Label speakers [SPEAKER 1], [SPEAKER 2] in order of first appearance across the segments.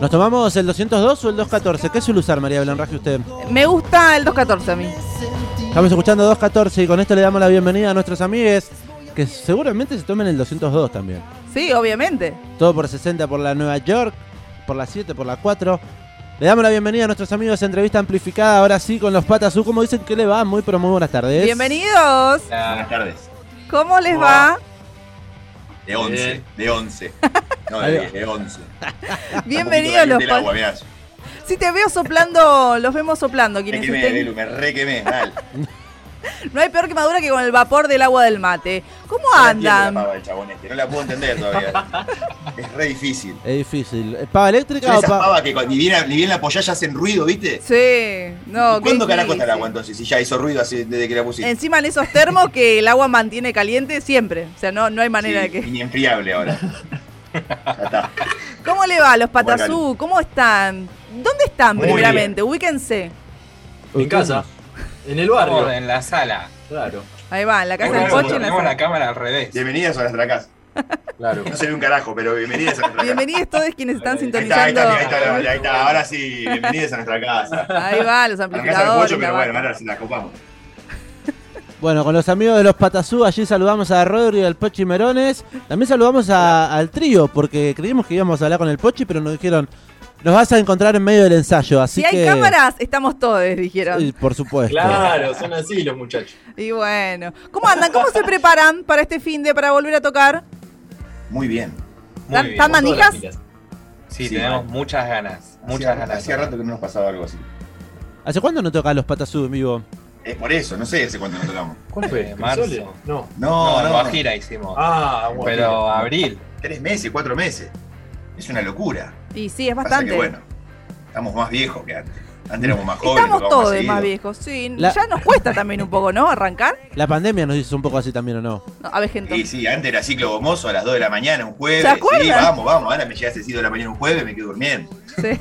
[SPEAKER 1] ¿Nos tomamos el 202 o el 214? ¿Qué suele usar María Blanraje usted?
[SPEAKER 2] Me gusta el 214 a mí.
[SPEAKER 1] Estamos escuchando 214 y con esto le damos la bienvenida a nuestros amigues que seguramente se tomen el 202 también.
[SPEAKER 2] Sí, obviamente.
[SPEAKER 1] Todo por 60 por la Nueva York, por la 7, por la 4. Le damos la bienvenida a nuestros amigos de Entrevista Amplificada, ahora sí con los patas U. ¿Cómo dicen que le va? Muy, pero muy buenas tardes.
[SPEAKER 2] Bienvenidos.
[SPEAKER 3] Buenas tardes.
[SPEAKER 2] ¿Cómo les va?
[SPEAKER 3] De 11, de 11. No,
[SPEAKER 1] Ahí
[SPEAKER 3] de
[SPEAKER 1] va.
[SPEAKER 3] 10, de 11.
[SPEAKER 2] Bienvenidos los
[SPEAKER 3] del agua,
[SPEAKER 2] patas.
[SPEAKER 3] mirá.
[SPEAKER 2] Si te veo soplando, los vemos soplando.
[SPEAKER 3] Me
[SPEAKER 2] Quienes
[SPEAKER 3] quemé,
[SPEAKER 2] estén-
[SPEAKER 3] Belu, me re quemé, mal.
[SPEAKER 2] No hay peor quemadura que con el vapor del agua del mate. ¿Cómo
[SPEAKER 3] No la entiendo la
[SPEAKER 2] andan?
[SPEAKER 3] pava del chabón este, no la puedo entender todavía. Es re difícil.
[SPEAKER 1] Es difícil. ¿Es ¿Pava
[SPEAKER 3] Son
[SPEAKER 1] eléctrica o
[SPEAKER 3] esas
[SPEAKER 1] pava?
[SPEAKER 3] pavas que cuando- ni bien, ni bien la apoyás ya hacen ruido, ¿viste?
[SPEAKER 2] Sí, no.
[SPEAKER 3] ¿Y
[SPEAKER 2] qué
[SPEAKER 3] ¿Cuándo carajo está el
[SPEAKER 2] difícil.
[SPEAKER 3] agua entonces? Si ya hizo ruido así desde que la pusiste.
[SPEAKER 2] Encima en esos termos que el agua mantiene caliente siempre. O sea, no, no hay manera
[SPEAKER 3] Sí,
[SPEAKER 2] de que.
[SPEAKER 3] Inenfriable ahora. Ya está.
[SPEAKER 2] ¿Cómo le va a los patazú?
[SPEAKER 3] Bueno,
[SPEAKER 2] ¿Cómo están? ¿Dónde están,
[SPEAKER 3] Muy
[SPEAKER 2] primeramente? Ubíquense.
[SPEAKER 4] En casa. En el barrio.
[SPEAKER 5] Estamos en la sala.
[SPEAKER 4] Claro,
[SPEAKER 2] Ahí va, en la casa del
[SPEAKER 3] Bueno,
[SPEAKER 2] coche. en la
[SPEAKER 5] Tenemos la
[SPEAKER 2] sala.
[SPEAKER 5] cámara al revés.
[SPEAKER 3] Bienvenidas a nuestra casa.
[SPEAKER 4] claro.
[SPEAKER 3] No se ve un carajo, pero bienvenidas a nuestra casa.
[SPEAKER 2] Bienvenidos todos quienes están
[SPEAKER 3] Ahí está, ahí
[SPEAKER 2] sintonizando.
[SPEAKER 3] está, ahí está, ahí está, ahí está. Ahora sí, bienvenidas a nuestra casa.
[SPEAKER 2] Ahí va, los
[SPEAKER 3] A la casa del
[SPEAKER 2] amplificadores.
[SPEAKER 3] pocho,
[SPEAKER 2] la
[SPEAKER 3] pero bueno,
[SPEAKER 2] vaca.
[SPEAKER 3] ahora sí la copamos.
[SPEAKER 1] Bueno, con los amigos de los Patasú, allí saludamos a Rodri y al Pochi Merones. También saludamos a- al trío, porque creímos que íbamos a hablar con el Pochi, pero nos dijeron, nos vas a encontrar en medio del ensayo, así
[SPEAKER 2] Si hay
[SPEAKER 1] que...
[SPEAKER 2] cámaras, estamos todos, dijeron.
[SPEAKER 1] Sí, Por supuesto.
[SPEAKER 4] Claro, son así los muchachos.
[SPEAKER 2] Y bueno, ¿cómo andan? ¿Cómo se preparan para este fin de para volver a tocar?
[SPEAKER 3] Muy bien.
[SPEAKER 5] Muy
[SPEAKER 2] ¿Están
[SPEAKER 5] bien.
[SPEAKER 2] tan
[SPEAKER 4] Todas las
[SPEAKER 2] manijas?
[SPEAKER 4] filas.
[SPEAKER 5] Sí,
[SPEAKER 3] Sí,
[SPEAKER 5] tenemos
[SPEAKER 3] mal.
[SPEAKER 5] muchas ganas. Muchas
[SPEAKER 3] hacía,
[SPEAKER 5] ganas.
[SPEAKER 3] hacía rato que no nos pasaba algo así.
[SPEAKER 1] ¿Hace cuándo no tocan los Patasú en vivo?
[SPEAKER 3] Es por eso, no sé hace cuánto nos tocamos.
[SPEAKER 4] ¿Cuál
[SPEAKER 5] Eh,
[SPEAKER 4] fue?
[SPEAKER 5] marzo.
[SPEAKER 4] ¿Crisole? No.
[SPEAKER 3] No, no,
[SPEAKER 5] no, gira hicimos.
[SPEAKER 4] Ah, bueno.
[SPEAKER 5] pero abril.
[SPEAKER 3] Tres meses, cuatro meses. Es una locura.
[SPEAKER 2] Y sí, es
[SPEAKER 3] Pasa
[SPEAKER 2] bastante.
[SPEAKER 3] que bueno, estamos más viejos que antes. Antes éramos más jóvenes.
[SPEAKER 2] Estamos
[SPEAKER 3] tocábamos
[SPEAKER 2] todos
[SPEAKER 3] seguido.
[SPEAKER 2] más viejos, sí.
[SPEAKER 1] La-
[SPEAKER 2] Ya nos cuesta también un poco, ¿no? Arrancar.
[SPEAKER 1] La pandemia nos hizo un poco así también, ¿o no?
[SPEAKER 2] No, a ver, gente.
[SPEAKER 3] Y sí, antes era ciclo gomoso a las 2 de la mañana, un jueves.
[SPEAKER 2] ¿Se acuerdan?
[SPEAKER 3] Sí, vamos, vamos. Ahora me llegas a 5 de la mañana un jueves, me quedo durmiendo.
[SPEAKER 2] Sí.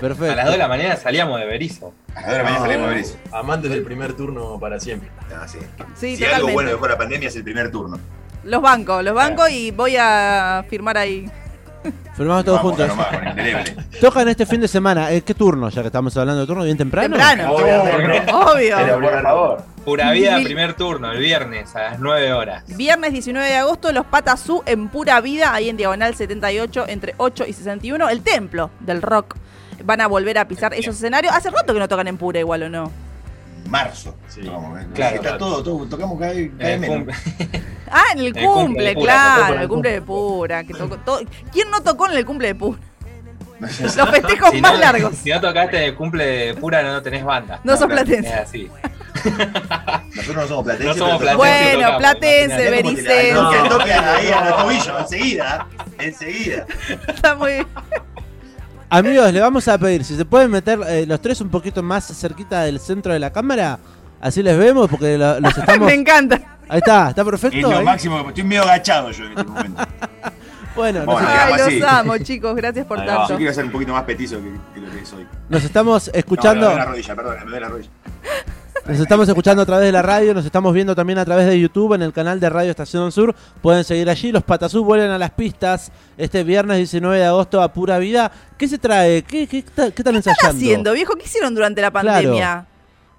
[SPEAKER 1] Perfecto.
[SPEAKER 5] A las 2 de la mañana salíamos de Berizo.
[SPEAKER 3] A las 2 de la mañana salimos de eso.
[SPEAKER 4] Ah, Amantes del primer turno para siempre.
[SPEAKER 3] No, sí.
[SPEAKER 2] Sí,
[SPEAKER 3] si algo
[SPEAKER 2] totalmente.
[SPEAKER 3] bueno dejó la pandemia es el primer turno.
[SPEAKER 2] Los bancos, los bancos y voy a firmar ahí.
[SPEAKER 1] Firmamos todos
[SPEAKER 3] Vamos,
[SPEAKER 1] juntos.
[SPEAKER 3] nomás, con indeleble.
[SPEAKER 1] Tocan este fin de semana. ¿Eh, ¿Qué turno? Ya que estamos hablando de turno, bien temprano.
[SPEAKER 2] Temprano, obvio.
[SPEAKER 4] Pero por favor.
[SPEAKER 5] Pura vida,
[SPEAKER 2] Mil-
[SPEAKER 5] primer turno, el viernes a las 9 horas.
[SPEAKER 2] Viernes 19 de agosto, Los Patazú en Pura Vida, ahí en Diagonal 78, entre 8 y 61, el templo del rock. Van a volver a pisar esos escenarios. Hace rato que no tocan en Pura igual, ¿o no?
[SPEAKER 3] Marzo.
[SPEAKER 4] Sí.
[SPEAKER 3] Vamos, eh.
[SPEAKER 5] Claro.
[SPEAKER 3] Está todo, todo, tocamos cada vez, cada vez
[SPEAKER 5] Eh,
[SPEAKER 3] menos.
[SPEAKER 5] cum-
[SPEAKER 2] Ah, en el,
[SPEAKER 5] En el
[SPEAKER 2] cumple,
[SPEAKER 5] cumple de
[SPEAKER 4] tocó
[SPEAKER 5] Pura,
[SPEAKER 2] claro,
[SPEAKER 4] para
[SPEAKER 2] en el
[SPEAKER 4] el
[SPEAKER 2] cumple de Pura. Que tocó todo- ¿Quién no tocó en el cumple de Pura? Los festejos
[SPEAKER 5] si
[SPEAKER 2] más
[SPEAKER 5] no-
[SPEAKER 2] largos.
[SPEAKER 5] Si no tocaste el cumple de pura, no tenés banda.
[SPEAKER 2] No,
[SPEAKER 3] no,
[SPEAKER 2] sos
[SPEAKER 3] claro,
[SPEAKER 5] Es
[SPEAKER 2] platense.
[SPEAKER 5] así.
[SPEAKER 3] Nosotros no somos
[SPEAKER 5] No
[SPEAKER 3] platenses.
[SPEAKER 5] somos
[SPEAKER 3] pero tocamos-
[SPEAKER 5] platense,
[SPEAKER 2] Bueno,
[SPEAKER 5] tocamos,
[SPEAKER 2] platense,
[SPEAKER 3] Mirá
[SPEAKER 5] imagínate.
[SPEAKER 3] cómo te
[SPEAKER 2] Berice.
[SPEAKER 3] la-
[SPEAKER 4] No.
[SPEAKER 3] Que toquen ahí a los tobillos, enseguida. ¿eh? Enseguida.
[SPEAKER 2] Está muy bien.
[SPEAKER 1] Amigos, le vamos a pedir, si se pueden meter eh, los tres un poquito más cerquita del centro de la cámara, así les vemos, porque lo- los estamos...
[SPEAKER 2] Me encanta.
[SPEAKER 1] Ahí está, está perfecto. ¿eh? ahí.
[SPEAKER 3] máximo que estoy medio agachado yo en este momento.
[SPEAKER 1] Bueno,
[SPEAKER 3] Bueno.
[SPEAKER 1] nos,
[SPEAKER 2] Ay,
[SPEAKER 3] digamos así.
[SPEAKER 2] los amo, chicos. Gracias por
[SPEAKER 4] Ahí va.
[SPEAKER 3] Yo
[SPEAKER 2] tanto.
[SPEAKER 3] quiero ser un poquito más petizo que, que lo que soy. No,
[SPEAKER 1] nos estamos
[SPEAKER 3] me
[SPEAKER 1] escuchando,
[SPEAKER 3] doy la rodilla, perdón, me doy la rodilla.
[SPEAKER 1] nos estamos escuchando a través de la radio, nos estamos viendo también a través de YouTube en el canal de Radio Estación Sur. Pueden seguir allí, los Patazú vuelven a las pistas este viernes 19 de agosto a pura vida. ¿Qué se trae? ¿Qué, qué, ta- qué están
[SPEAKER 2] ¿Qué están
[SPEAKER 1] ensayando?
[SPEAKER 2] haciendo, viejo? ¿Qué hicieron durante la
[SPEAKER 1] Claro.
[SPEAKER 2] pandemia?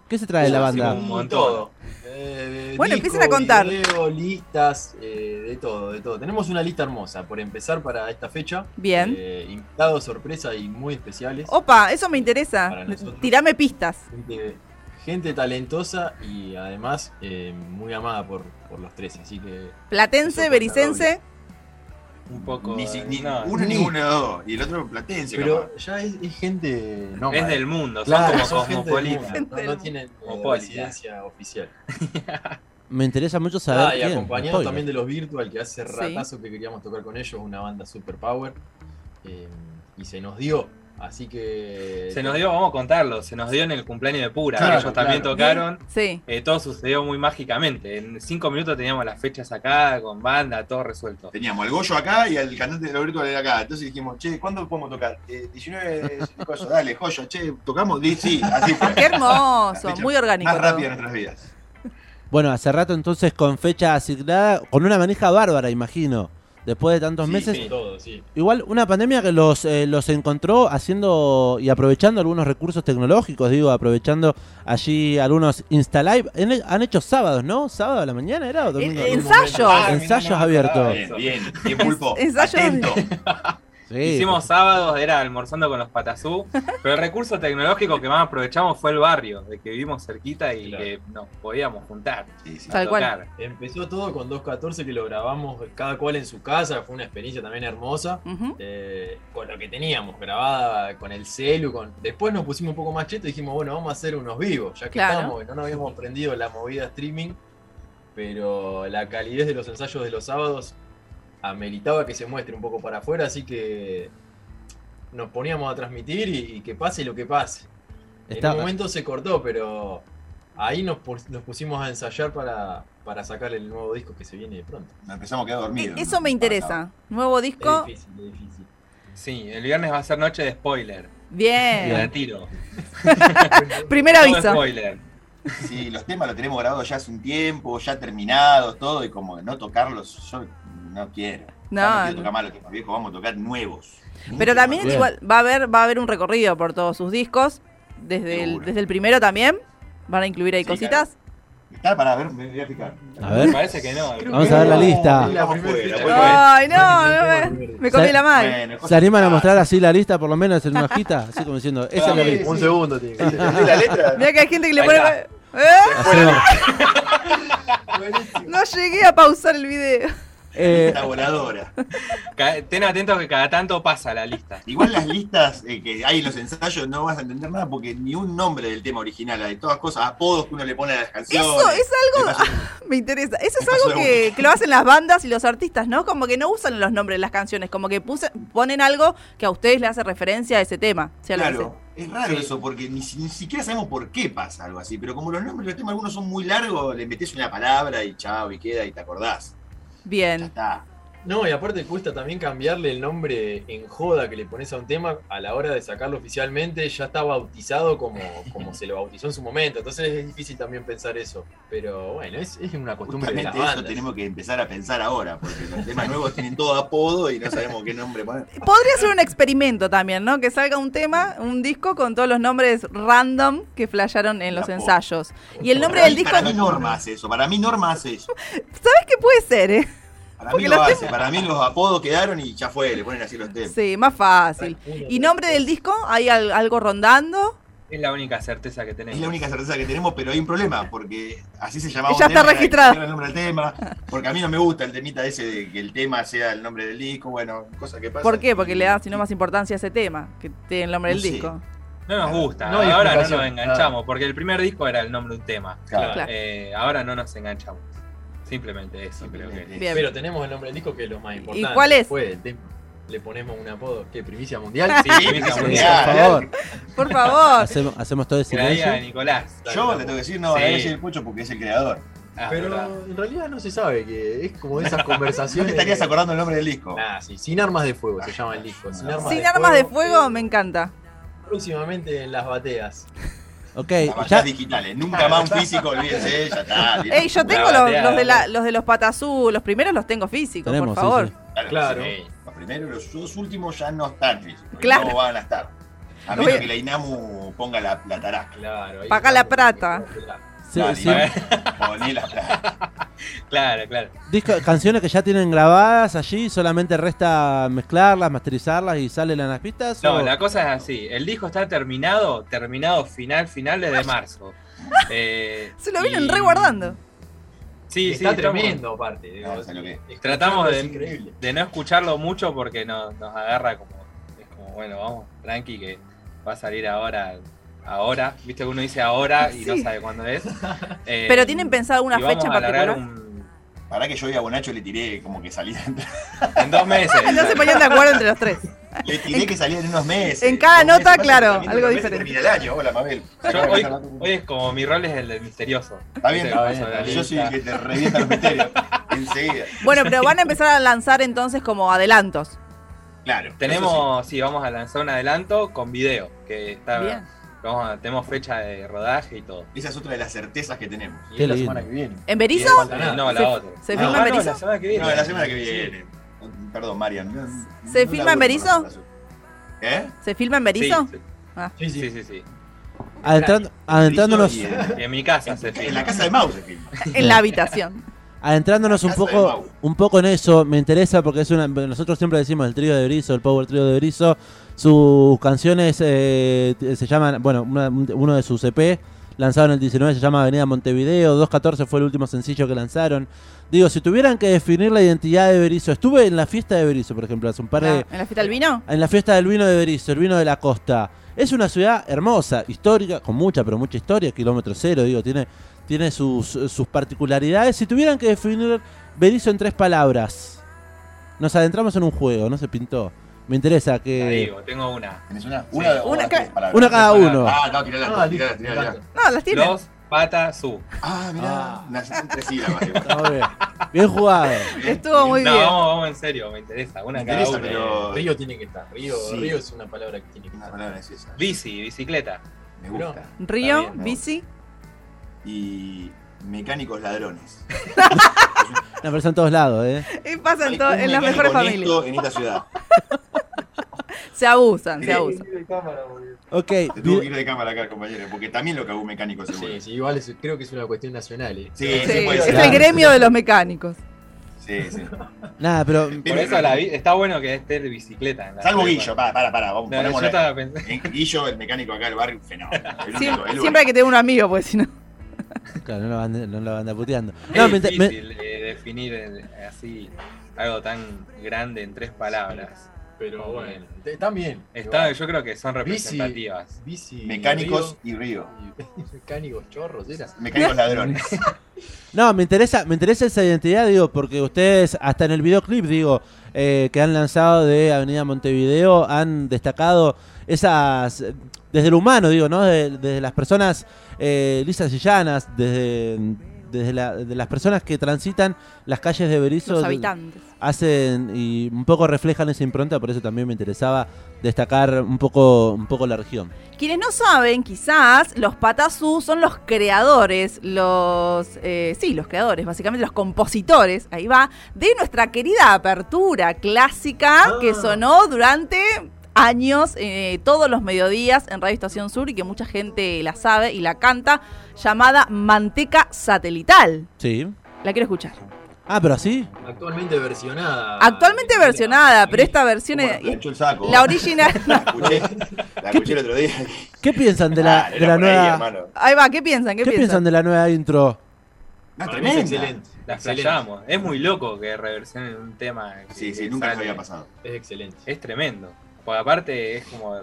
[SPEAKER 1] ¿Qué se trae la banda?
[SPEAKER 5] un montón.
[SPEAKER 4] Todo. Eh,
[SPEAKER 2] Bueno,
[SPEAKER 4] disco,
[SPEAKER 2] empiecen a contar.
[SPEAKER 4] video, listas, eh, de todo, de todo. Tenemos una lista hermosa por empezar para esta fecha.
[SPEAKER 2] Bien. Oh.
[SPEAKER 4] Eh, invitados, sorpresa y muy especiales.
[SPEAKER 2] Opa, eso me interesa.
[SPEAKER 4] Para nosotros.
[SPEAKER 2] Tirame pistas.
[SPEAKER 4] Gente, gente talentosa y además eh, muy amada por, por los tres. Así que
[SPEAKER 2] Platense,
[SPEAKER 4] Eso
[SPEAKER 2] bericense.
[SPEAKER 5] Un poco.
[SPEAKER 3] Ni, si- ni
[SPEAKER 5] no,
[SPEAKER 3] uno ni
[SPEAKER 4] Ni.
[SPEAKER 3] uno de los dos. Y el otro platense, capaz.
[SPEAKER 4] Pero ya es, es gente nómada.
[SPEAKER 5] es del mundo, son
[SPEAKER 4] Claro,
[SPEAKER 5] como
[SPEAKER 4] son gente del mundo,
[SPEAKER 5] cosmopolitas.
[SPEAKER 4] No, no tienen eh,
[SPEAKER 5] Cosmopolita.
[SPEAKER 4] residencia oficial.
[SPEAKER 1] Me interesa mucho saber.
[SPEAKER 4] Ah, y
[SPEAKER 1] quién.
[SPEAKER 4] acompañado
[SPEAKER 1] Spoiler.
[SPEAKER 4] también de los Virtual, que hace
[SPEAKER 2] Sí.
[SPEAKER 4] ratazo que queríamos tocar con ellos, una banda super power. eh, y se nos dio. Así que.
[SPEAKER 5] Se nos dio, vamos a contarlo, se nos dio en el cumpleaños de Pura.
[SPEAKER 4] Claro,
[SPEAKER 5] Ellos también
[SPEAKER 4] claro.
[SPEAKER 5] tocaron.
[SPEAKER 2] Sí.
[SPEAKER 5] Eh, todo sucedió muy mágicamente. En cinco minutos teníamos la fecha sacada, con banda, todo resuelto.
[SPEAKER 3] Teníamos al Goyo acá y al cantante de Roberto era acá. Entonces dijimos, che, ¿cuándo podemos tocar? Eh, 19 de cosas, dale, joyo, che, ¿tocamos? Di- Sí, así fue.
[SPEAKER 2] Qué hermoso,
[SPEAKER 3] Dicho,
[SPEAKER 2] muy orgánico.
[SPEAKER 3] Más
[SPEAKER 2] todo. Eh,
[SPEAKER 3] rápido en nuestras vidas.
[SPEAKER 1] Bueno, hace rato entonces con fecha asignada, con una manija bárbara, imagino. después de tantos
[SPEAKER 4] Sí,
[SPEAKER 1] meses.
[SPEAKER 4] sí, todo, sí.
[SPEAKER 1] Igual una pandemia que los, eh, los encontró haciendo y aprovechando algunos recursos tecnológicos, digo, aprovechando allí algunos Instalive. En- Han hecho sábados, ¿no? ¿Sábado a la mañana era o domingo?
[SPEAKER 2] En- Ensayos.
[SPEAKER 1] Ah, Ensayos abiertos.
[SPEAKER 3] Bien, bien, bien pulpo.
[SPEAKER 2] Ensayo de-
[SPEAKER 3] Atento.
[SPEAKER 1] Sí.
[SPEAKER 5] Hicimos sábados, era almorzando con los patazú, pero el recurso tecnológico que más aprovechamos fue el barrio, de que vivimos cerquita y
[SPEAKER 4] Claro.
[SPEAKER 5] que nos podíamos juntar.
[SPEAKER 3] Sí, sí.
[SPEAKER 5] a
[SPEAKER 2] Tal cual.
[SPEAKER 5] tocar.
[SPEAKER 4] Empezó todo con 2.14 que lo grabamos cada cual en su casa, fue una experiencia también hermosa.
[SPEAKER 2] Ujú.
[SPEAKER 4] eh, con lo que teníamos, grabada con el celu. Con... Después nos pusimos un poco más cheto y dijimos, bueno, vamos a hacer unos vivos, ya que
[SPEAKER 2] Claro.
[SPEAKER 4] estábamos, no nos habíamos aprendido la movida streaming, pero la calidez de los ensayos de los sábados ameritaba que se muestre un poco para afuera, así que nos poníamos a transmitir y, y que pase lo que pase. En
[SPEAKER 1] Está-
[SPEAKER 4] un momento se cortó, pero ahí nos, pus- nos pusimos a ensayar para, para sacar el nuevo disco que se viene de pronto.
[SPEAKER 3] Nos empezamos a quedar dormidos.
[SPEAKER 2] Eh, Eso me interesa. Nuevo
[SPEAKER 4] Es
[SPEAKER 2] disco.
[SPEAKER 4] difícil, es difícil.
[SPEAKER 5] Sí, el viernes va a ser noche de spoiler.
[SPEAKER 2] Bien.
[SPEAKER 5] De tiro.
[SPEAKER 2] Primer
[SPEAKER 5] Todo
[SPEAKER 2] Eh. aviso.
[SPEAKER 5] spoiler.
[SPEAKER 3] Sí, los temas los tenemos grabados ya hace un tiempo, ya terminados, todo, y como de no tocarlos, yo no quiero. Ya
[SPEAKER 2] No,
[SPEAKER 3] quiero
[SPEAKER 2] no.
[SPEAKER 3] tocar más los temas viejos, vamos a tocar nuevos.
[SPEAKER 2] Pero
[SPEAKER 3] Mucho
[SPEAKER 2] también
[SPEAKER 1] Bien.
[SPEAKER 3] más.
[SPEAKER 2] igual va a haber va a haber un recorrido por todos sus discos desde el,
[SPEAKER 3] Seguro.
[SPEAKER 2] desde el primero también. Van a incluir ahí
[SPEAKER 3] Sí,
[SPEAKER 2] cositas.
[SPEAKER 3] Está para ver, me voy a fijar.
[SPEAKER 1] A ver.
[SPEAKER 5] Parece que no.
[SPEAKER 4] Creo
[SPEAKER 1] Vamos
[SPEAKER 4] que
[SPEAKER 1] a ver la
[SPEAKER 4] no.
[SPEAKER 1] lista.
[SPEAKER 4] La
[SPEAKER 3] Vamos fuera,
[SPEAKER 4] primera fecha.
[SPEAKER 3] bueno.
[SPEAKER 2] Ay, no,
[SPEAKER 4] Bueno,
[SPEAKER 2] no me, me comí la mano.
[SPEAKER 3] Bueno,
[SPEAKER 1] ¿Se
[SPEAKER 3] cosas
[SPEAKER 1] animan a
[SPEAKER 3] raras.
[SPEAKER 1] mostrar así la lista, por lo menos en una hojita? Así como diciendo, esa es la
[SPEAKER 3] Sí,
[SPEAKER 1] lista.
[SPEAKER 3] sí.
[SPEAKER 4] segundo tiene que ser.
[SPEAKER 3] ¿Entendés la letra?
[SPEAKER 2] Mira que hay gente que le
[SPEAKER 5] Ahí
[SPEAKER 2] pone.
[SPEAKER 5] está.
[SPEAKER 2] ¿Eh?
[SPEAKER 1] Hacemos-
[SPEAKER 2] No llegué a pausar el video.
[SPEAKER 1] eh,
[SPEAKER 3] La voladora.
[SPEAKER 5] Ca- Ten atentos que cada tanto pasa la lista.
[SPEAKER 3] Igual las listas eh, que hay en los ensayos no vas a entender nada porque ni un nombre del tema original, hay todas cosas, apodos que uno le pone a las canciones.
[SPEAKER 2] Eso es
[SPEAKER 3] Me
[SPEAKER 2] algo.
[SPEAKER 3] pasó-
[SPEAKER 2] Me interesa. Eso es
[SPEAKER 3] Me pasó
[SPEAKER 2] algo
[SPEAKER 3] de
[SPEAKER 2] que, que lo hacen las bandas y los artistas, ¿no? Como que no usan los nombres de las canciones, como que puse- ponen algo que a ustedes le hace referencia a ese tema. sea lo que
[SPEAKER 3] Claro, es raro eso, porque ni, si- ni siquiera sabemos por qué pasa algo así, pero como los nombres de los temas algunos son muy largos, le metes una palabra y chao, y queda, y te acordás.
[SPEAKER 2] sea.
[SPEAKER 3] Ya
[SPEAKER 2] Bien.
[SPEAKER 3] está.
[SPEAKER 4] No, y aparte cuesta también cambiarle el nombre en joda que le pones a un tema a la hora de sacarlo oficialmente, ya está bautizado como, como se lo bautizó en su momento, entonces es difícil también pensar eso. Pero bueno, es, es una costumbre de las
[SPEAKER 3] Justamente eso
[SPEAKER 4] bandas.
[SPEAKER 3] tenemos que empezar a pensar ahora, porque los temas nuevos tienen todo apodo y no sabemos qué nombre poner.
[SPEAKER 2] Podría ser un experimento también, ¿no? Que salga un tema, un disco con todos los nombres random que flasharon en los
[SPEAKER 3] La po-
[SPEAKER 2] ensayos. Y el nombre
[SPEAKER 3] Para
[SPEAKER 2] del
[SPEAKER 3] mí-
[SPEAKER 2] disco,
[SPEAKER 3] Para mí
[SPEAKER 2] ¿sabes
[SPEAKER 3] Norma hace eso, para mí Norma hace eso.
[SPEAKER 2] qué puede ser, eh?
[SPEAKER 3] Para mí
[SPEAKER 2] Porque
[SPEAKER 3] lo
[SPEAKER 2] los
[SPEAKER 3] hace, para mí los apodos quedaron y ya fue, le ponen así los temas.
[SPEAKER 2] Sí, más fácil. ¿Y nombre del disco? ¿Hay al- algo rondando?
[SPEAKER 5] Es la única certeza que tenemos.
[SPEAKER 3] Es la única certeza que tenemos, pero hay un problema, porque así se llamaba.
[SPEAKER 2] Ya
[SPEAKER 3] un
[SPEAKER 2] está
[SPEAKER 3] tema,
[SPEAKER 2] registrado.
[SPEAKER 3] era el nombre del tema, porque a mí no me gusta el temita ese de que el tema sea el nombre del disco, bueno, cosas que pasan.
[SPEAKER 2] ¿Por qué? Porque le da sino más importancia a ese tema, que tiene el nombre
[SPEAKER 3] No
[SPEAKER 2] del
[SPEAKER 3] sé.
[SPEAKER 2] disco.
[SPEAKER 5] No nos gusta.
[SPEAKER 4] No hay
[SPEAKER 5] ahora no nos
[SPEAKER 4] explicación.
[SPEAKER 5] enganchamos, porque el primer disco era el nombre de un tema.
[SPEAKER 3] Claro.
[SPEAKER 2] Claro.
[SPEAKER 5] Eh, ahora no nos enganchamos. Simplemente eso, creo que.
[SPEAKER 2] Bien.
[SPEAKER 4] Pero tenemos el nombre del disco que es lo más importante.
[SPEAKER 2] cuál es?
[SPEAKER 4] Después del tema le ponemos un apodo. ¿Qué? ¿Primicia mundial?
[SPEAKER 5] Sí,
[SPEAKER 3] Sí,
[SPEAKER 5] Primicia
[SPEAKER 3] sí,
[SPEAKER 5] Mundial.
[SPEAKER 1] por
[SPEAKER 3] sí.
[SPEAKER 1] favor,
[SPEAKER 2] Por favor.
[SPEAKER 1] hacemos, hacemos todo el
[SPEAKER 5] Se la di a
[SPEAKER 1] silencio.
[SPEAKER 5] Nicolás.
[SPEAKER 3] Yo le tengo que decir, no,
[SPEAKER 5] Sí.
[SPEAKER 3] le voy a decir el pucho porque es el creador.
[SPEAKER 5] Ah,
[SPEAKER 4] Pero
[SPEAKER 5] verdad.
[SPEAKER 4] en realidad no se sabe, que es como de esas
[SPEAKER 3] No
[SPEAKER 4] conversaciones.
[SPEAKER 3] te estarías acordando el nombre del disco.
[SPEAKER 4] Nah, sí, sin armas de fuego se llama el disco. Sin armas,
[SPEAKER 2] Sin
[SPEAKER 4] de,
[SPEAKER 2] armas de
[SPEAKER 4] fuego,
[SPEAKER 2] fuego,
[SPEAKER 4] eh,
[SPEAKER 2] me encanta.
[SPEAKER 4] Próximamente en las bateas.
[SPEAKER 1] Ok,
[SPEAKER 3] Las batallas
[SPEAKER 1] Eh, ya,
[SPEAKER 3] Ah, digitales, nunca más un físico, olvídense, ya está. bien.
[SPEAKER 2] Ey, yo
[SPEAKER 5] Una
[SPEAKER 2] tengo los,
[SPEAKER 5] bateada.
[SPEAKER 2] los de la- los de los patazú, los primeros los tengo físicos,
[SPEAKER 1] tenemos.
[SPEAKER 2] por
[SPEAKER 1] sí,
[SPEAKER 2] favor.
[SPEAKER 1] sí.
[SPEAKER 4] Claro.
[SPEAKER 5] Sí.
[SPEAKER 3] Los primeros, los dos últimos ya no están físicos.
[SPEAKER 2] Claro.
[SPEAKER 3] No van a estar. A
[SPEAKER 2] Lo
[SPEAKER 3] menos
[SPEAKER 2] voy-
[SPEAKER 3] que la INAMU ponga la, la tarasca.
[SPEAKER 4] Claro. ahí
[SPEAKER 2] Pagá la
[SPEAKER 4] estamos.
[SPEAKER 2] plata.
[SPEAKER 1] Sí,
[SPEAKER 3] Dale,
[SPEAKER 1] sí.
[SPEAKER 3] dale. Poné la plata.
[SPEAKER 5] Claro, claro.
[SPEAKER 1] Disco- canciones que ya tienen grabadas allí, solamente resta mezclarlas, masterizarlas y salen en las pistas.
[SPEAKER 5] No,
[SPEAKER 1] o-
[SPEAKER 5] la cosa es así. El disco está terminado, terminado final, final desde marzo. Eh,
[SPEAKER 2] Se lo
[SPEAKER 5] y-
[SPEAKER 2] vienen reguardando.
[SPEAKER 5] Sí,
[SPEAKER 4] está
[SPEAKER 5] sí, estamos-
[SPEAKER 4] tremendo, aparte. digo,
[SPEAKER 3] Ah, sé lo que es.
[SPEAKER 4] escucharlo
[SPEAKER 5] Tratamos
[SPEAKER 4] es
[SPEAKER 5] de,
[SPEAKER 4] increíble.
[SPEAKER 5] de no escucharlo mucho porque nos, nos agarra como. Es como, bueno, vamos, tranqui, que va a salir ahora. Ahora, viste que uno dice ahora y no
[SPEAKER 2] Sí.
[SPEAKER 5] sabe cuándo es. Eh,
[SPEAKER 2] Pero tienen pensado una
[SPEAKER 5] y vamos
[SPEAKER 2] fecha en
[SPEAKER 5] a alargar
[SPEAKER 2] particular.
[SPEAKER 5] un-
[SPEAKER 3] Para que yo y a Bonacho le tiré como que salía.
[SPEAKER 5] en dos meses.
[SPEAKER 2] No se ponían de acuerdo entre los tres.
[SPEAKER 3] Le tiré que salía en unos meses.
[SPEAKER 2] en cada
[SPEAKER 3] Dos meses
[SPEAKER 2] nota,
[SPEAKER 3] pasa,
[SPEAKER 2] claro,
[SPEAKER 3] también
[SPEAKER 2] algo
[SPEAKER 3] dos meses
[SPEAKER 2] diferente.
[SPEAKER 3] Termina el año, hola Mabel.
[SPEAKER 5] Yo
[SPEAKER 3] Acá
[SPEAKER 5] hoy,
[SPEAKER 3] empezó la-
[SPEAKER 5] hoy es como mi rol es el del misterioso.
[SPEAKER 3] Está bien,
[SPEAKER 5] Viste,
[SPEAKER 4] está bien,
[SPEAKER 5] paso la
[SPEAKER 3] yo soy
[SPEAKER 5] lista.
[SPEAKER 3] el que te revienta los misterios. Enseguida.
[SPEAKER 2] Bueno, pero van a empezar a lanzar entonces como adelantos.
[SPEAKER 3] Claro. eso
[SPEAKER 5] Tenemos, sí, vamos a lanzar un adelanto con video, que está
[SPEAKER 2] Bien.
[SPEAKER 5] vamos a- tenemos fecha de rodaje y todo.
[SPEAKER 3] sí. Esa es otra de las certezas que tenemos.
[SPEAKER 4] Y
[SPEAKER 1] Qué
[SPEAKER 4] es la
[SPEAKER 1] lindo.
[SPEAKER 4] semana que viene.
[SPEAKER 2] ¿En Berizo?
[SPEAKER 4] No falta
[SPEAKER 5] Eh,
[SPEAKER 4] nada.
[SPEAKER 5] No, la
[SPEAKER 2] ¿Se-
[SPEAKER 5] otra.
[SPEAKER 2] se
[SPEAKER 5] Ah,
[SPEAKER 2] filma en
[SPEAKER 5] no,
[SPEAKER 2] Berizo?
[SPEAKER 5] la semana que viene.
[SPEAKER 3] No, la semana que viene. Perdón, Marian. no-
[SPEAKER 2] ¿Se
[SPEAKER 3] no
[SPEAKER 2] filma en
[SPEAKER 3] laburo con
[SPEAKER 2] Berizo?
[SPEAKER 3] los patasú. ¿Eh?
[SPEAKER 2] ¿Se filma en Berizo?
[SPEAKER 5] Sí,
[SPEAKER 4] Sí, sí.
[SPEAKER 5] sí, sí, sí.
[SPEAKER 1] Adentrando- adentrándonos,
[SPEAKER 3] Y en-
[SPEAKER 5] Y en mi casa se
[SPEAKER 3] En la
[SPEAKER 5] filma.
[SPEAKER 3] casa de Mau se filma.
[SPEAKER 2] En la habitación.
[SPEAKER 1] adentrándonos un
[SPEAKER 3] Casa de
[SPEAKER 1] poco,
[SPEAKER 3] Mau.
[SPEAKER 1] un poco en eso, me interesa porque es una. Nosotros siempre decimos el trío de Brizo, el power trío de Brizo. Sus canciones eh, t- se llaman, bueno, una- uno de sus EP lanzado en el 19 se llama Avenida Montevideo, 214 fue el último sencillo que lanzaron. Digo, si tuvieran que definir la identidad de Berizo, estuve en la fiesta de Berizo, por ejemplo, hace un par de,
[SPEAKER 2] ¿En la fiesta del vino?
[SPEAKER 1] en la fiesta del vino de Berizo, el vino de la costa. Es una ciudad hermosa, histórica, con mucha, pero mucha historia, kilómetro cero, digo, tiene, tiene sus, sus particularidades. Si tuvieran que definir Berizo en tres palabras, nos adentramos en un juego, no se pintó. Me interesa
[SPEAKER 5] La
[SPEAKER 1] que...
[SPEAKER 5] digo, tengo una.
[SPEAKER 3] ¿Tenés una? Una,
[SPEAKER 2] Una
[SPEAKER 3] las
[SPEAKER 2] ca-
[SPEAKER 3] tres palabras.
[SPEAKER 1] Una cada uno.
[SPEAKER 3] Ah, no, tirala,
[SPEAKER 4] Ah, listo,
[SPEAKER 3] tirala, tirala,
[SPEAKER 4] me
[SPEAKER 3] tirala.
[SPEAKER 4] encanta.
[SPEAKER 2] No, las tiene.
[SPEAKER 5] Los patas su.
[SPEAKER 3] Ah, mirá.
[SPEAKER 1] Ah.
[SPEAKER 3] Una, tres sílabas. igual.
[SPEAKER 1] Está bien. Bien jugado. Ah,
[SPEAKER 2] Estuvo muy
[SPEAKER 5] no,
[SPEAKER 2] bien.
[SPEAKER 5] vamos, vamos en serio, me interesa. Una
[SPEAKER 3] Me
[SPEAKER 5] cada
[SPEAKER 3] interesa,
[SPEAKER 5] uno.
[SPEAKER 3] pero-
[SPEAKER 4] Eh, Río tiene que estar. Río,
[SPEAKER 3] Sí.
[SPEAKER 4] río es una palabra que tiene que
[SPEAKER 3] Una
[SPEAKER 4] estar.
[SPEAKER 3] palabra es esa.
[SPEAKER 5] Bici, bicicleta.
[SPEAKER 3] Me gusta.
[SPEAKER 2] Río,
[SPEAKER 5] Está
[SPEAKER 3] bien.
[SPEAKER 2] bici.
[SPEAKER 3] Y mecánicos ladrones.
[SPEAKER 1] La persona en todos lados, ¿eh?
[SPEAKER 2] Y pasa en,
[SPEAKER 3] Hay
[SPEAKER 2] todo-
[SPEAKER 3] un
[SPEAKER 2] en las
[SPEAKER 3] mecánico
[SPEAKER 2] mejores familias.
[SPEAKER 3] honesto En esta ciudad.
[SPEAKER 2] Se abusan, se
[SPEAKER 3] Sí.
[SPEAKER 2] abusan.
[SPEAKER 1] Ok.
[SPEAKER 3] Te tuvo que ir de cámara acá, compañero, porque también lo cagó un mecánico seguro.
[SPEAKER 4] Sí, sí, igual es- creo que es una cuestión nacional. eh.
[SPEAKER 3] Sí,
[SPEAKER 2] Sí,
[SPEAKER 3] sí, puede
[SPEAKER 2] es
[SPEAKER 3] ser.
[SPEAKER 2] el gremio de los mecánicos.
[SPEAKER 3] Sí, sí.
[SPEAKER 1] Nada, pero...
[SPEAKER 5] Por eso la vi- está bueno que esté de bicicleta. En la
[SPEAKER 3] Salvo
[SPEAKER 5] película.
[SPEAKER 3] Guillo, para, para, para. Vamos,
[SPEAKER 5] No, no, yo
[SPEAKER 3] ponémosle.
[SPEAKER 5] estaba pensando.
[SPEAKER 3] En Guillo, el mecánico acá del barrio, un fenómeno. El único,
[SPEAKER 2] Siem-
[SPEAKER 3] el único.
[SPEAKER 2] siempre hay que tener un amigo, porque si no.
[SPEAKER 1] Claro, no lo van, no lo van a puteando. No,
[SPEAKER 5] Es
[SPEAKER 1] me inter- me-
[SPEAKER 5] difícil eh, definir eh, así algo tan grande en tres palabras.
[SPEAKER 4] Pero
[SPEAKER 5] Muy
[SPEAKER 4] bueno,
[SPEAKER 5] bien.
[SPEAKER 4] te- están bien.
[SPEAKER 5] Está,
[SPEAKER 4] Igual.
[SPEAKER 5] yo creo que son
[SPEAKER 4] Bici.
[SPEAKER 5] representativas.
[SPEAKER 4] Bici,
[SPEAKER 3] Mecánicos y Río.
[SPEAKER 4] río y- mecánicos, chorros, era.
[SPEAKER 3] Mecánicos ladrones.
[SPEAKER 1] No, me interesa, me interesa esa identidad, digo, porque ustedes, hasta en el videoclip, digo, eh, que han lanzado de Avenida Montevideo, han destacado esas, eh, desde lo humano, digo, ¿no? De- Desde, las personas eh, lisas y llanas, desde, desde la- de las personas que transitan las calles de Berizo.
[SPEAKER 2] Los habitantes.
[SPEAKER 1] Hacen y un poco reflejan esa impronta, por eso también me interesaba destacar un poco, un poco la región.
[SPEAKER 2] Quienes no saben, quizás los Patasú son los creadores, los. eh, sí, los creadores, básicamente los compositores, ahí va, de nuestra querida apertura clásica que sonó durante años, eh, todos los mediodías en Radio Estación Sur y que mucha gente la sabe y la canta, llamada Manteca Satelital.
[SPEAKER 1] Sí.
[SPEAKER 2] La quiero escuchar.
[SPEAKER 1] Ah, pero así.
[SPEAKER 4] Actualmente versionada.
[SPEAKER 2] Actualmente
[SPEAKER 4] Eh,
[SPEAKER 2] versionada,
[SPEAKER 4] sí.
[SPEAKER 2] pero esta versión
[SPEAKER 3] Bueno,
[SPEAKER 2] es.
[SPEAKER 3] me echó el saco.
[SPEAKER 2] La original.
[SPEAKER 3] La escuché, la escuché el otro día.
[SPEAKER 1] ¿Qué piensan de la,
[SPEAKER 3] Ah,
[SPEAKER 1] de
[SPEAKER 3] era
[SPEAKER 1] la
[SPEAKER 3] por ahí,
[SPEAKER 1] nueva?
[SPEAKER 3] hermano.
[SPEAKER 2] Ahí va, ¿qué piensan? ¿Qué,
[SPEAKER 1] ¿Qué piensan de la nueva intro?
[SPEAKER 3] Ah,
[SPEAKER 4] Para mí es
[SPEAKER 3] tremenda.
[SPEAKER 4] excelente.
[SPEAKER 5] Las
[SPEAKER 4] excelente.
[SPEAKER 5] playamos. Es muy loco que reversionen un tema. que-
[SPEAKER 3] Sí, sí,
[SPEAKER 5] que
[SPEAKER 3] nunca nos
[SPEAKER 5] sale.
[SPEAKER 3] había pasado.
[SPEAKER 4] Es excelente.
[SPEAKER 5] Es tremendo. Porque aparte es como,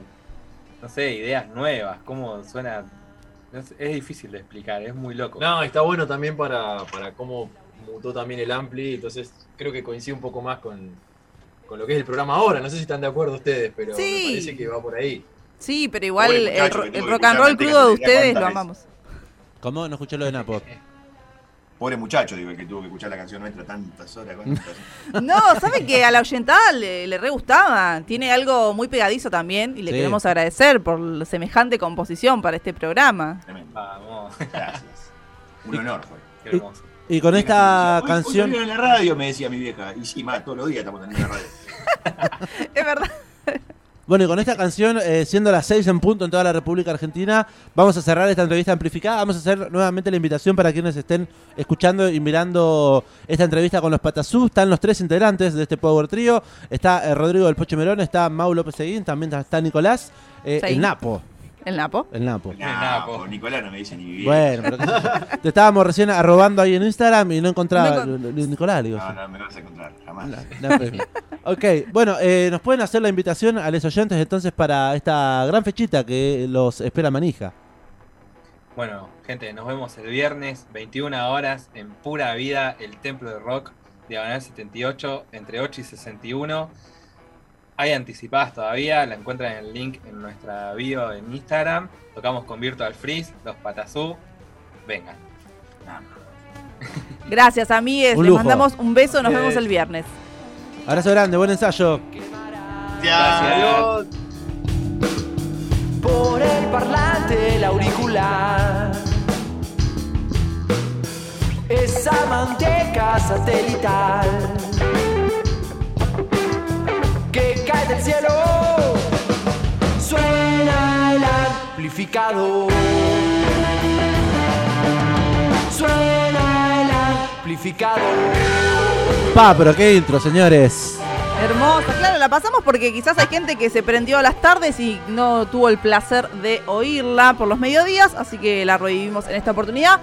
[SPEAKER 5] no sé, ideas nuevas, cómo suena. no sé, es difícil de explicar, es muy loco.
[SPEAKER 4] No, está bueno también para, para cómo mutó también el Ampli, entonces creo que coincide un poco más con, con lo que es el programa ahora. No sé si están de acuerdo ustedes, pero
[SPEAKER 2] Sí.
[SPEAKER 4] me parece que va por ahí.
[SPEAKER 2] Sí, pero igual
[SPEAKER 3] Pobre
[SPEAKER 2] el,
[SPEAKER 3] muchacho
[SPEAKER 2] ro-
[SPEAKER 3] que
[SPEAKER 2] el
[SPEAKER 3] tuvo que
[SPEAKER 2] rock and
[SPEAKER 3] escuchar
[SPEAKER 2] roll
[SPEAKER 3] Manteca
[SPEAKER 2] crudo de
[SPEAKER 3] Satelital
[SPEAKER 2] ustedes lo
[SPEAKER 3] cuántas
[SPEAKER 2] amamos.
[SPEAKER 1] ¿Cómo? No escuché lo de Napo.
[SPEAKER 3] Pobre muchacho, digo, el que tuvo que escuchar la canción nuestra tantas horas. cuántas-
[SPEAKER 2] No, ¿saben que a la oyentada le, le re gustaba? Tiene algo muy pegadizo también y le
[SPEAKER 1] Sí.
[SPEAKER 2] queremos agradecer por la semejante composición para este programa.
[SPEAKER 3] Tremendo.
[SPEAKER 5] Ah, Vamos,
[SPEAKER 3] Gracias. Un honor fue.
[SPEAKER 5] qué hermoso.
[SPEAKER 1] Y con esta canción,
[SPEAKER 3] Hoy, hoy salieron en la radio, me decía mi vieja. Y sí, más, todos los días estamos en la radio.
[SPEAKER 2] Es verdad.
[SPEAKER 1] bueno, y con esta canción, eh, siendo las 6 en punto en toda la República Argentina, vamos a cerrar esta entrevista amplificada. Vamos a hacer nuevamente la invitación para quienes estén escuchando y mirando esta entrevista con los Patasú. Están los tres integrantes de este Power Trio. Está eh, Rodrigo del Pocho Merón, está Mau López Seguín, también está Nicolás. eh,
[SPEAKER 2] Sí.
[SPEAKER 1] El Napo.
[SPEAKER 2] El Napo.
[SPEAKER 1] El Napo.
[SPEAKER 3] Nah,
[SPEAKER 5] Napo.
[SPEAKER 3] po, Nicolás no me dice ni mi vieja.
[SPEAKER 1] Bueno, pero qué sé yo. te estábamos recién arrobando ahí en Instagram y no encontraba
[SPEAKER 2] No
[SPEAKER 1] Nicolás. le digo,
[SPEAKER 3] No, no me vas a encontrar, jamás.
[SPEAKER 1] La- la premia. ok, bueno, eh, nos pueden hacer la invitación a los oyentes entonces para esta gran fechita que los espera manija.
[SPEAKER 5] Bueno, gente, nos vemos el viernes, 21 horas, en Pura Vida, el Templo de Rock, Diagonal 78, entre 8 y 61. Hay anticipadas todavía, la encuentran en el link en nuestra bio en Instagram. Tocamos con Virtual Freeze, los Patazú. Vengan.
[SPEAKER 2] Gracias, amigues.
[SPEAKER 1] Un
[SPEAKER 2] Les
[SPEAKER 1] lujo.
[SPEAKER 2] mandamos un beso. Nos
[SPEAKER 4] Eh.
[SPEAKER 2] vemos el viernes.
[SPEAKER 1] Abrazo grande, buen ensayo.
[SPEAKER 3] Gracias.
[SPEAKER 5] Adiós.
[SPEAKER 6] por el parlante el auricular. Esa manteca satelital amplificado. Suena el amplificado.
[SPEAKER 1] Pa, pero qué intro, señores.
[SPEAKER 2] Hermosa, claro, la pasamos porque quizás hay gente que se prendió a las tardes y no tuvo el placer de oírla por los mediodías, así que la revivimos en esta oportunidad.